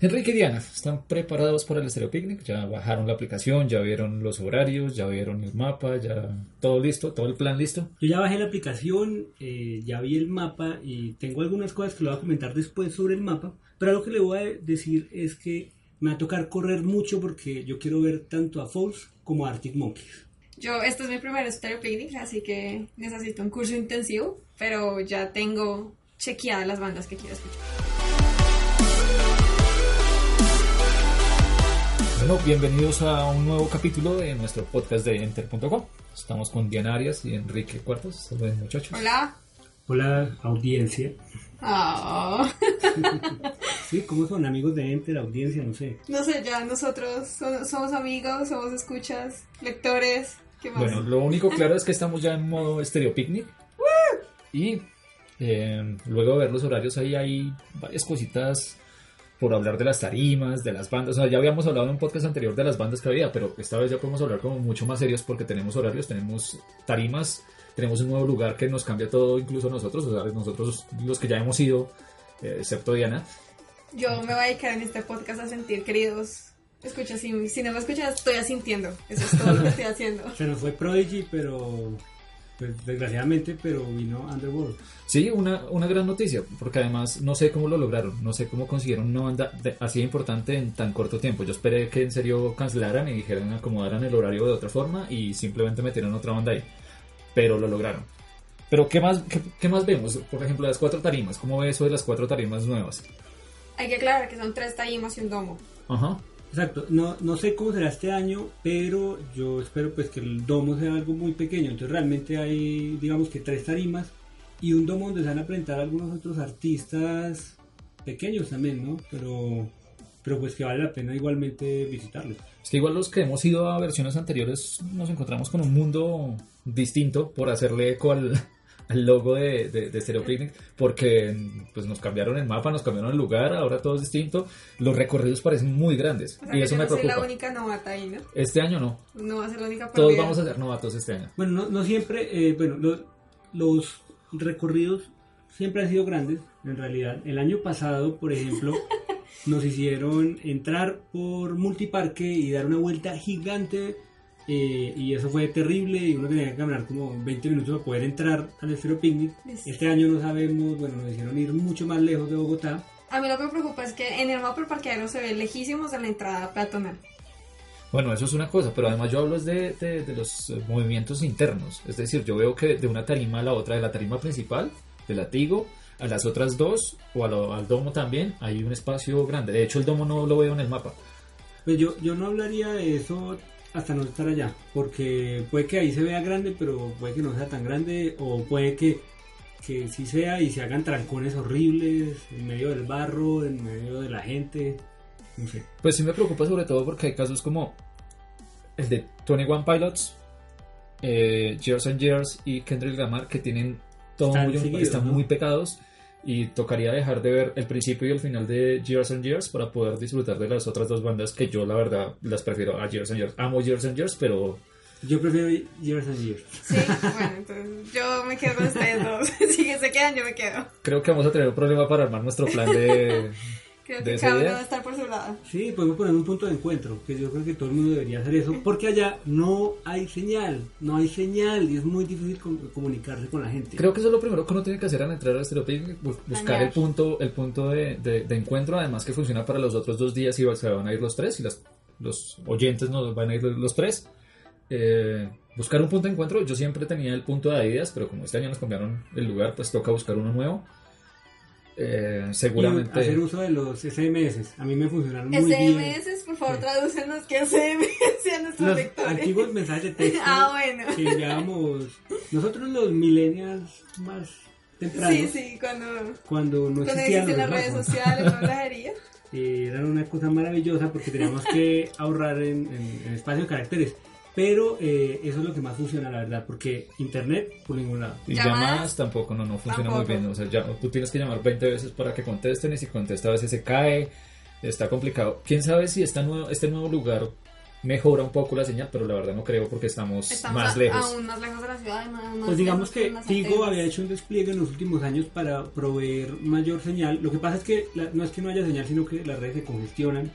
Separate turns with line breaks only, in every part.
Enrique y Diana, ¿están preparados para el Estéreo Picnic? Ya bajaron la aplicación, ya vieron los horarios, ya vieron el mapa, ya todo listo, todo el plan listo.
Yo ya bajé la aplicación, eh, ya vi el mapa y tengo algunas cosas que lo voy a comentar después sobre el mapa, pero lo que le voy a decir es que me va a tocar correr mucho porque yo quiero ver tanto a Fouls como a Arctic Monkeys.
Yo, este es mi primer Stereo Picnic, así que necesito un curso intensivo, pero ya tengo chequeadas las bandas que quiero escuchar.
Bueno, bienvenidos a un nuevo capítulo de nuestro podcast de Enter.com. Estamos con Diana Arias y Enrique Cuartos. Saludos, muchachos.
Hola.
Hola, audiencia.
Oh.
Sí, ¿cómo son amigos de Enter, audiencia? No sé.
No sé, ya nosotros so- somos amigos, somos escuchas, lectores. ¿Qué más?
Bueno, lo único claro es que estamos ya en modo Estéreo Picnic. Y eh, luego de ver los horarios ahí hay varias cositas por hablar de las tarimas, de las bandas. O sea, ya habíamos hablado en un podcast anterior de las bandas que había, pero esta vez ya podemos hablar como mucho más serios porque tenemos horarios, tenemos tarimas, tenemos un nuevo lugar que nos cambia todo, incluso nosotros, o sea, nosotros los que ya hemos ido, eh, excepto Diana.
Yo me voy a dedicar en este podcast a sentir, queridos. Escucha, si, si no me escuchas, estoy asintiendo. Eso es todo lo que estoy haciendo.
Se nos fue Prodigy, pero. Pues, desgraciadamente, pero vino Underworld.
Sí, una, una gran noticia, porque además no sé cómo lo lograron, no sé cómo consiguieron una banda de- así de importante en tan corto tiempo. Yo esperé que en serio cancelaran y dijeran acomodaran el horario de otra forma y simplemente metieron otra banda ahí, pero lo lograron. Pero ¿qué más, qué, qué más vemos? Por ejemplo, las cuatro tarimas, ¿cómo ve eso de las cuatro tarimas nuevas?
Hay que aclarar que son tres tarimas y un domo.
Ajá.
Exacto, no, no sé cómo será este año, pero yo espero pues que el domo sea algo muy pequeño. Entonces realmente hay, digamos que tres tarimas y un domo donde se van a presentar algunos otros artistas pequeños también, ¿no? Pero, pero pues que vale la pena igualmente visitarlos.
Es que igual los que hemos ido a versiones anteriores nos encontramos con un mundo distinto por hacerle eco al, al logo de, de, de Stereo Picnic, porque pues, nos cambiaron el mapa, nos cambiaron el lugar, ahora todo es distinto. Los recorridos parecen muy grandes
O sea,
y
que
eso
yo
me
no soy la
preocupa.
única novata ahí, ¿no?
Este año no,
No va a ser la única
todos
perdida.
vamos a ser novatos este año.
Bueno, no, no siempre, eh, bueno, lo- los recorridos siempre han sido grandes, en realidad. El año pasado, por ejemplo, nos hicieron entrar por Multiparque y dar una vuelta gigante. eh, y eso fue terrible y uno tenía que caminar como 20 minutos para poder entrar al Estero Picnic.
Listo.
Este año no sabemos, bueno, nos hicieron ir mucho más lejos de Bogotá.
A mí lo que me preocupa es que en el mapa el parqueadero se ve lejísimos de la entrada peatonal.
Bueno, eso es una cosa, pero además yo hablo es de, de- de los eh, movimientos internos. Es decir, yo veo que de una tarima a la otra, de la tarima principal, del latigo, a las otras dos, o a lo- al domo también, hay un espacio grande. De hecho, el domo no lo veo en el mapa.
Pues yo, yo no hablaría de eso hasta no estar allá, porque puede que ahí se vea grande, pero puede que no sea tan grande, o puede que, que sí sea y se hagan trancones horribles en medio del barro, en medio de la gente, no sé.
Pues sí me preocupa sobre todo porque hay casos como el de 21 Pilots, eh, Years and Years y Kendrick Lamar que tienen todo
Están
muy,
seguidos,
están
¿no?
muy pegados y tocaría dejar de ver el principio y el final de Years and Years para poder disfrutar de las otras dos bandas que yo la verdad las prefiero a Years and Years. Amo Years and Years, pero
Yo prefiero Years and Years.
Sí, bueno, entonces yo me quedo con ustedes dos. si que se quedan, yo me quedo.
creo que vamos a tener un problema para armar nuestro plan de...
Creo
¿De
que
esa
cada uno
idea?
va a estar por su lado.
Sí, podemos poner un punto de encuentro, que yo creo que todo el mundo debería hacer eso, porque allá no hay señal, no hay señal y es muy difícil com- comunicarse con la gente.
Creo que eso es lo primero que uno tiene que hacer al entrar al Stereo Picnic, bu- buscar el
Planear.
punto, el punto de, de- de encuentro, además que funciona para los otros dos días y va- se van a ir los tres, y las- los oyentes nos van a ir los, los tres. Eh, buscar un punto de encuentro, yo siempre tenía el punto de Adidas, pero como este año nos cambiaron el lugar, pues toca buscar uno nuevo. Eh,
Y
seguramente...
hacer uso de los SMS, a mí me funcionaron muy bien.
SMS, por favor,
Sí.
tradúcenos que SMS a nuestros
Los
lectores.
antiguos mensajes de texto
Ah, bueno.
que enviábamos nosotros los millennials más tempranos,
Sí, sí, cuando,
cuando no
cuando
existían los
existen las redes
smartphones,
sociales, la mensajería.
eh, eran una cosa maravillosa porque teníamos que ahorrar en, en- en espacio de caracteres. Pero eh, eso es lo que más funciona, la verdad, porque internet por ningún lado.
Y
¿Llamadas?
llamadas tampoco, no, no funciona muy
Tampoco.
bien. O sea, ya, tú tienes que llamar 20 veces para que contesten y si contesta a veces se cae, está complicado. ¿Quién sabe si esta nuevo, este nuevo lugar mejora un poco la señal, pero la verdad no creo porque estamos,
Estamos
más
a-
lejos.
aún más lejos de la ciudad. Más, más
Pues digamos
lejos
que
con las
Tigo
antenas.
había hecho un despliegue en los últimos años para proveer mayor señal. Lo que pasa es que la- no es que no haya señal, sino que las redes se congestionan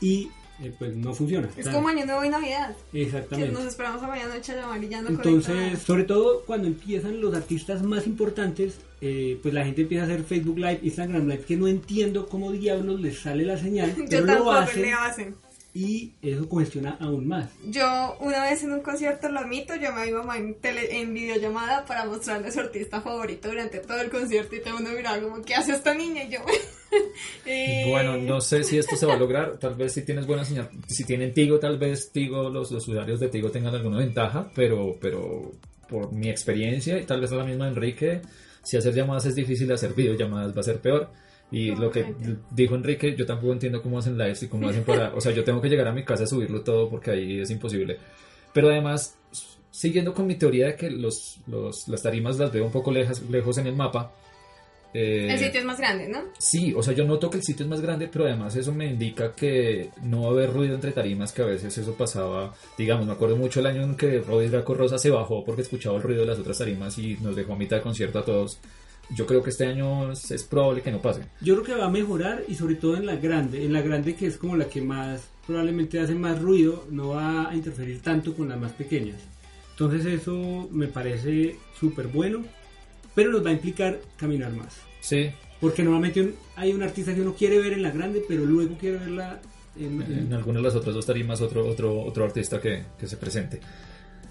y eh, pues no funciona.
Es
Claro.
como año hoy Navidad. Que
Exactamente.
nos esperamos a mañana noche la amarillando
Entonces,
ah.
sobre todo cuando empiezan los artistas más importantes, eh, pues la gente empieza a hacer Facebook Live, Instagram Live, que no entiendo cómo diablos les sale la señal,
Yo
pero lo
tampoco
hacen
le hacen.
y eso congestiona aún más.
Yo una vez en un concierto, lo admito, yo me iba en, tele- en videollamada para mostrarle a su artista favorito durante todo el concierto y todo el mundo miraba como, ¿qué hace esta niña? Y yo... eh,
Bueno, no sé si esto se va a lograr. Tal vez si tienes buena señal, si tienen Tigo, tal vez Tigo, los, los usuarios de Tigo tengan alguna ventaja, pero, pero por mi experiencia y tal vez la misma de Enrique, si hacer llamadas es difícil, hacer videollamadas va a ser peor. Y
No,
lo que
obviamente.
dijo Enrique, yo tampoco entiendo cómo hacen lives y cómo hacen para. O sea, yo tengo que llegar a mi casa a subirlo todo porque ahí es imposible. Pero además, siguiendo con mi teoría de que los, los- las tarimas las veo un poco lejas- lejos en el mapa. eh,
El sitio es más grande, ¿no?
Sí, o sea, yo noto que el sitio es más grande, pero además eso me indica que no va a haber ruido entre tarimas, que a veces eso pasaba, digamos, me acuerdo mucho el año en que Robbie Draco Rosa se bajó porque escuchaba el ruido de las otras tarimas y nos dejó a mitad de concierto a todos. Yo creo que este año es, es probable que no pase.
Yo creo que va a mejorar y sobre todo en la grande, en la grande que es como la que más probablemente hace más ruido, no va a interferir tanto con las más pequeñas. Entonces eso me parece súper bueno, pero nos va a implicar caminar más.
Sí,
Porque normalmente un- hay un artista que uno quiere ver en la grande, pero luego quiere verla en... en-
en algunas de las otras dos tarimas otro, otro, otro artista que, que se presente.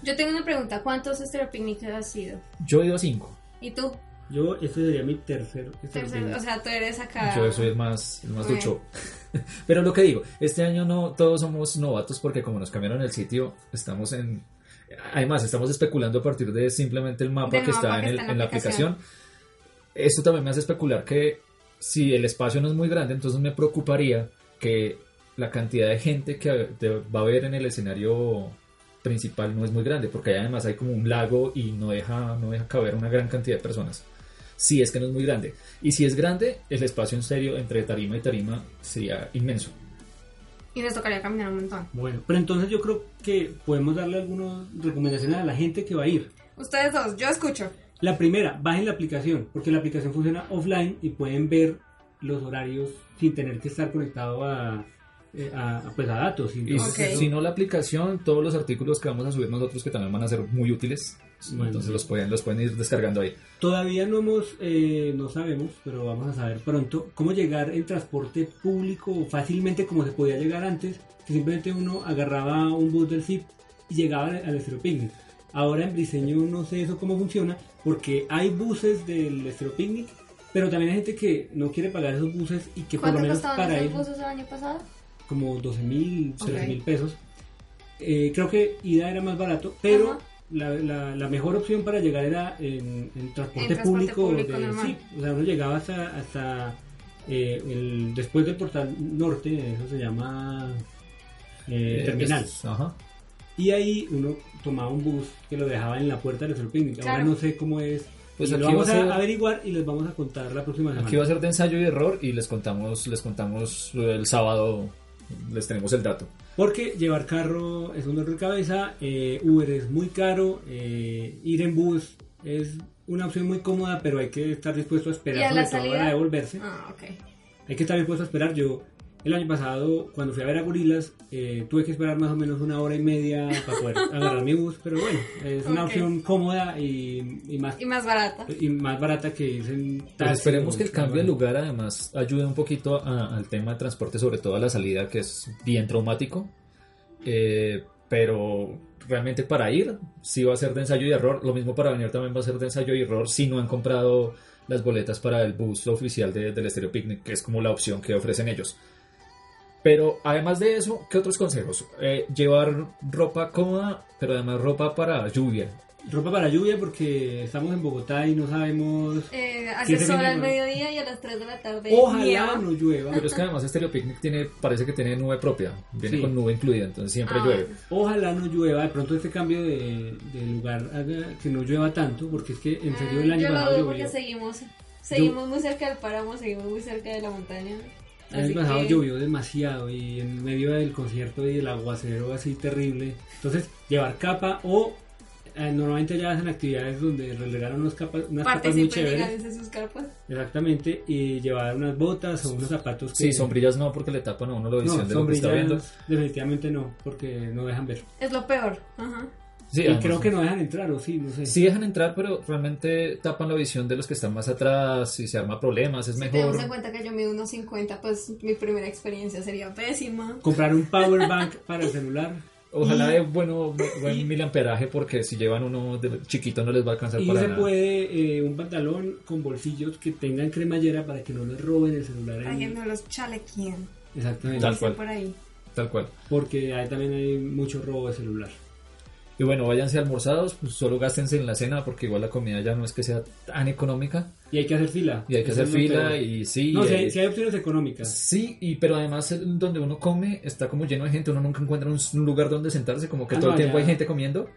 Yo tengo una pregunta, ¿cuántos estereopicnics has sido?
Yo he ido a cinco,
¿Y tú?
Yo, este sería mi tercer... este
Tercero,
sería-
o sea, tú eres acá...
yo soy el más, el más
Ah. Muy
ducho. Pero lo que digo, este año no todos somos novatos porque como nos cambiaron el sitio, estamos en... Además, estamos especulando a partir de simplemente el mapa
Del
que
mapa
está,
que
en, el-
está
en la aplicación. Esto también me hace especular que si el espacio no es muy grande, entonces me preocuparía que la cantidad de gente que te va a ver en el escenario principal no es muy grande, porque ahí además hay como un lago y no deja, no deja caber una gran cantidad de personas. Si es que no es muy grande. Y si es grande, el espacio en serio entre tarima y tarima sería inmenso.
Y nos tocaría caminar un montón.
Bueno, pero entonces yo creo que podemos darle algunas recomendaciones a la gente que va a ir.
Ustedes dos, yo escucho.
La primera, bajen la aplicación, porque la aplicación funciona offline y pueden ver los horarios sin tener que estar conectado a, eh, a, a, pues, a datos. sin
Y
todo
Ok.
si-
eso.
si no la aplicación, todos los artículos que vamos a subir nosotros que también van a ser muy útiles,
Bueno.
entonces los pueden, los pueden ir descargando ahí.
Todavía no hemos, eh, no sabemos, pero vamos a saber pronto cómo llegar en transporte público fácilmente como se podía llegar antes, que simplemente uno agarraba un bus del zip y llegaba al al Estero Picnic. Ahora en Briseño no sé eso cómo funciona, porque hay buses del Estero Picnic, pero también hay gente que no quiere pagar esos buses y que por lo
¿Cuánto
menos
costaban
para
esos
ir
buses el año pasado?
como 12 mil,
Ok.
13 mil pesos. Eh, creo que ida era más barato, pero
Ajá.
la, la- la mejor opción para llegar era en, en transporte,
En transporte
público.
público
de-
normal.
sí, o sea, uno llegaba hasta, hasta eh, el, después del portal norte, eso se llama eh,
Eh,
terminal.
es- ajá.
Y ahí uno tomaba un bus que lo dejaba en la puerta del Sol Picnic. Ahora
Claro.
no sé cómo es.
Pues
y
aquí
lo vamos
va a
a,
ser-
averiguar y les vamos a contar la próxima semana.
Aquí va a ser de ensayo y error y les contamos, les contamos el sábado, les tenemos el dato.
Porque llevar carro es un dolor de cabeza, eh, Uber es muy caro, eh, ir en bus es una opción muy cómoda, pero hay que estar dispuesto a
¿Y a
esperar
la
sobre todo
salida?
para devolverse.
Ah, ok.
Hay que estar dispuesto a esperar. Yo el año pasado, cuando fui a ver a Gorilas, eh, tuve que esperar más o menos una hora y media para poder agarrar mi bus, pero bueno, es una
Ok.
opción cómoda y, y más
Y más barata.
y más barata que irse en
Pues
taxi
esperemos
o-
que el cambio de lugar además ayude un poquito a- al tema de transporte, sobre todo a la salida, que es bien traumático. Eh, pero realmente para ir, sí va a ser de ensayo y error. Lo mismo para venir también va a ser de ensayo y error si no han comprado las boletas para el bus oficial de- del Estéreo Picnic, que es como la opción que ofrecen ellos. Pero además de eso, ¿qué otros consejos? Eh, llevar ropa cómoda, pero además ropa para lluvia.
Ropa para lluvia porque estamos en Bogotá y no sabemos...
Eh, hace
se
sol
viene,
al
no?
mediodía y a las 3 de la tarde.
Ojalá
nieva.
no llueva.
Pero es que además Estéreo Picnic tiene, parece que tiene nube propia, viene
Sí.
con nube incluida, entonces siempre
Ah,
llueve.
Ojalá no llueva, de pronto este cambio de, de lugar haga que no llueva tanto, porque es que en serio el
Ah,
año
Yo lo
pasado
dudo porque
llovió.
seguimos, seguimos muy cerca del páramo, seguimos muy cerca de la montaña.
El año
Así
pasado
que-
llovió demasiado y en medio del concierto y el aguacero así terrible. Entonces, llevar capa o eh, normalmente ya hacen actividades donde regalan unas capas, unas capas muy
Participen,
chéveres.
díganles de sus carpas.
Exactamente, y llevar unas botas o unos zapatos que
Sí, sombrillas no, porque le tapan a uno la visión
no,
de lo que está viendo.
sombrillas definitivamente no, porque no dejan ver.
Es lo peor. Ajá.
Sí,
y
además,
creo que no dejan entrar, o sí, no sé.
Sí dejan entrar, pero realmente tapan la visión de los que están más atrás y se arma problemas, es
Si tenemos en
mejor.
cuenta que yo mido unos 50, pues mi primera experiencia sería pésima.
Comprar un power bank para el celular
Ojalá de bueno, buen miliamperaje, porque si llevan uno de chiquito no les va a alcanzar
y
para
se
nada.
puede eh, un pantalón con bolsillos que tengan cremallera para que no les roben el celular.
Para
en-
que no los chalequien.
Exactamente,
Tal
Dicen
cual.
por ahí.
Tal cual.
porque ahí también hay mucho robo de celular.
Y bueno, váyanse almorzados, pues solo gástense en la cena, porque igual la comida ya no es que sea tan económica.
Y hay que hacer fila.
Y hay que
Eso
hacer
es lo
fila
peor.
y sí.
No,
y
si
hay-
hay, si hay opciones económicas.
Sí, y pero además eh, donde uno come está como lleno de gente, uno nunca encuentra un s- un lugar donde sentarse, como que
Ah,
todo
no,
el tiempo
allá.
hay gente comiendo.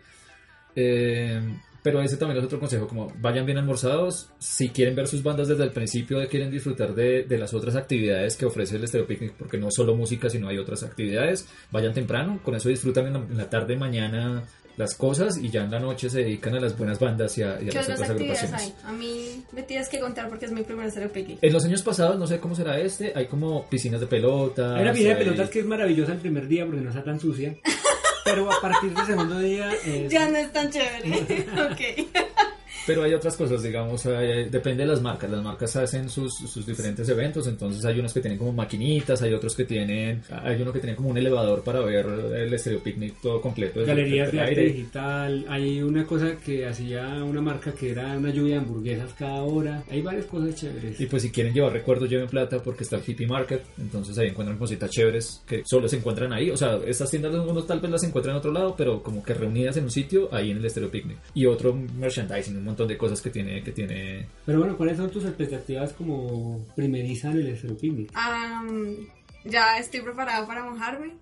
Eh, pero ese también es otro consejo, como vayan bien almorzados, si quieren ver sus bandas desde el principio, quieren disfrutar de, de las otras actividades que ofrece el Estéreo Picnic, porque no solo música, sino hay otras actividades, vayan temprano, con eso disfrutan en la, en la tarde, mañana las cosas y ya en la noche se dedican a las buenas bandas y a, y a
¿Qué
las
otras
otras
actividades
agrupaciones.
hay? A mí me tienes que contar porque es mi primer cero picnic.
En los años pasados, no sé cómo será este, hay como piscinas de pelota.
hay una piscina de pelotas que es maravillosa el primer día porque no está tan sucia. pero a partir del segundo día. eh,
Ya no es tan chévere. ok.
Pero hay otras cosas, digamos, eh, depende de las marcas. Las marcas hacen sus, sus diferentes eventos, entonces hay unos que tienen como maquinitas, hay otros que tienen, hay uno que tiene como un elevador para ver el Estéreo Picnic todo completo. desde-
Galerías
desde Pues,
de
el
arte
aire.
digital, hay una cosa que hacía una marca que era una lluvia de hamburguesas cada hora, hay varias cosas chéveres.
Y pues si quieren llevar recuerdos, lleven plata porque está el hippie market, entonces ahí encuentran cositas chéveres que solo se encuentran ahí. O sea, estas tiendas uno tal vez las encuentra en otro lado, pero como que reunidas en un sitio, ahí en el Estéreo Picnic. Y otro merchandising, un montón de cosas que tiene, que tiene
Pero bueno, ¿cuáles son tus expectativas como primeriza en el Estero Picnic?
Am, ya estoy preparada para mojarme.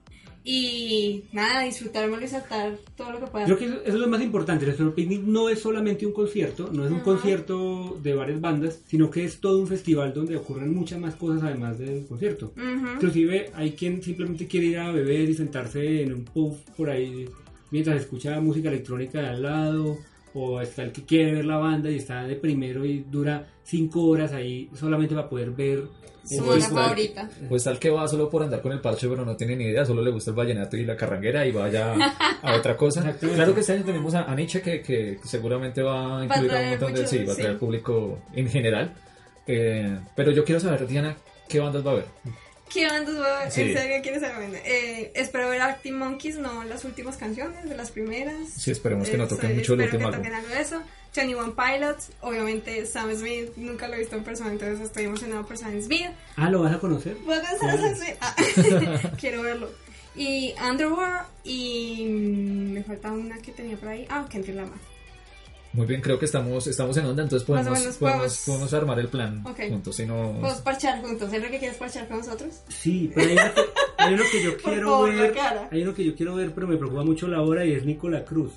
Y nada, disfrutármelo y saltar todo lo que pueda.
Creo que eso, eso es lo más importante. El Estero Picnic no es solamente un concierto, no es un
Ajá.
concierto de varias bandas, sino que es todo un festival donde ocurren muchas más cosas además del concierto.
Ujú.
Inclusive hay quien simplemente quiere ir a beber y sentarse en un pub por ahí mientras escucha música electrónica de al lado. O está el que quiere ver la banda y está de primero y dura cinco horas ahí solamente para poder ver.
Su
el
banda
banda
disco.
favorita.
Pues tal que va solo por andar con el parche, pero no tiene ni idea, solo le gusta el vallenato y la carranguera y vaya a otra cosa.
Exactamente.
Claro que este año tenemos a, a Nietzsche que, que seguramente va a incluir a un
traer
montón de...
mucho,
Sí, va a traer
sí.
público en general. Eh, pero yo quiero saber, Diana, ¿qué bandas va a haber?
¿Qué bandas voy a ver?
Sí.
¿En serio quieres saber? Eh, espero ver Arctic Monkeys, no las últimas canciones, de las primeras.
Sí, esperemos que no
Eso,
toquen mucho el
espero
último
que
álbum.
toquen algo de eso. 21 Pilots, obviamente Sam Smith, nunca lo he visto en persona, entonces estoy emocionada por Sam Smith.
Ah, ¿lo vas a conocer?
Voy a conocer a Sam Smith. Ah, quiero verlo. Y Underworld y mm, me falta una que tenía por ahí. Ah, Kendrick Lamar.
Pues Muy bien, creo que estamos, estamos en onda, entonces
Más o
podemos,
menos,
podemos,
podemos-
podemos armar el plan
Ok. Pues,
juntos. Si no,
Podemos parchar juntos, ¿es lo que quieres parchar con nosotros?
Sí, pero hay uno que, hay uno que yo
Por
quiero
favor, la
ver.
cara.
Hay uno que yo quiero ver, pero me preocupa mucho la hora y es Nicola Cruz.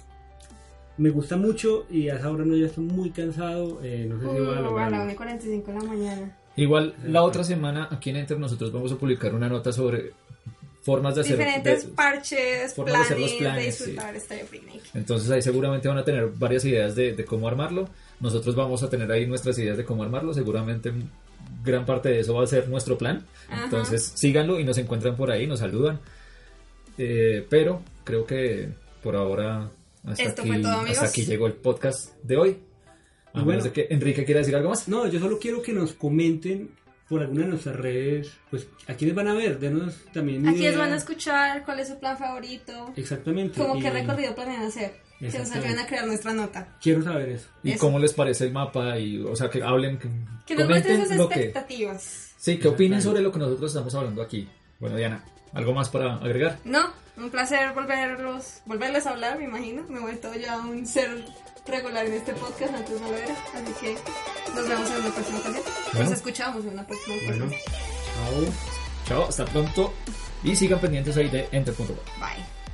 Me gusta mucho y a esa hora no, ya estoy muy cansado. eh, no sé si voy a
Uh, a la
lograrlo.
1.45 de la mañana.
Igual la otra semana aquí en Enter nosotros vamos a publicar una nota sobre formas de hacer...
Diferentes
de-
parches,
formas de
planes,
hacer los
de
planes, sí.
disfrutar este picnic.
Entonces ahí seguramente van a tener varias ideas de, de cómo armarlo. Nosotros vamos a tener ahí nuestras ideas de cómo armarlo. Seguramente gran parte de eso va a ser nuestro plan.
Ajá.
Entonces síganlo y nos encuentran por ahí, nos saludan. Eh, pero creo que por ahora hasta,
Esto
aquí,
fue todo, amigos.
hasta aquí llegó el podcast de hoy. A menos
Y bueno.
de que Enrique quiera decir algo más.
No, yo solo quiero que nos comenten por alguna de nuestras redes, pues a quiénes van a ver, denos también
Aquí les
idea.
van a escuchar cuál es su plan favorito,
Exactamente.
como
y
qué recorrido planean hacer, que nos
Exactamente.
ayuden a crear nuestra nota.
Quiero saber eso.
Y
Eso.
cómo les parece el mapa y o sea que hablen, que,
Que nos muestren sus
lo que
expectativas.
sí, que opinen
Exactamente.
sobre lo que nosotros estamos hablando aquí. Bueno, Diana, algo más para agregar.
No, un placer volverlos, volverles a hablar, me imagino. Me he vuelto ya un ser regular en este podcast, antes no lo era. Así que nos vemos en una próxima ocasión.
Bueno.
Nos escuchamos en una próxima ocasión.
Bueno, chao.
Chao, hasta pronto y sigan pendientes ahí de enter.com.
Bye.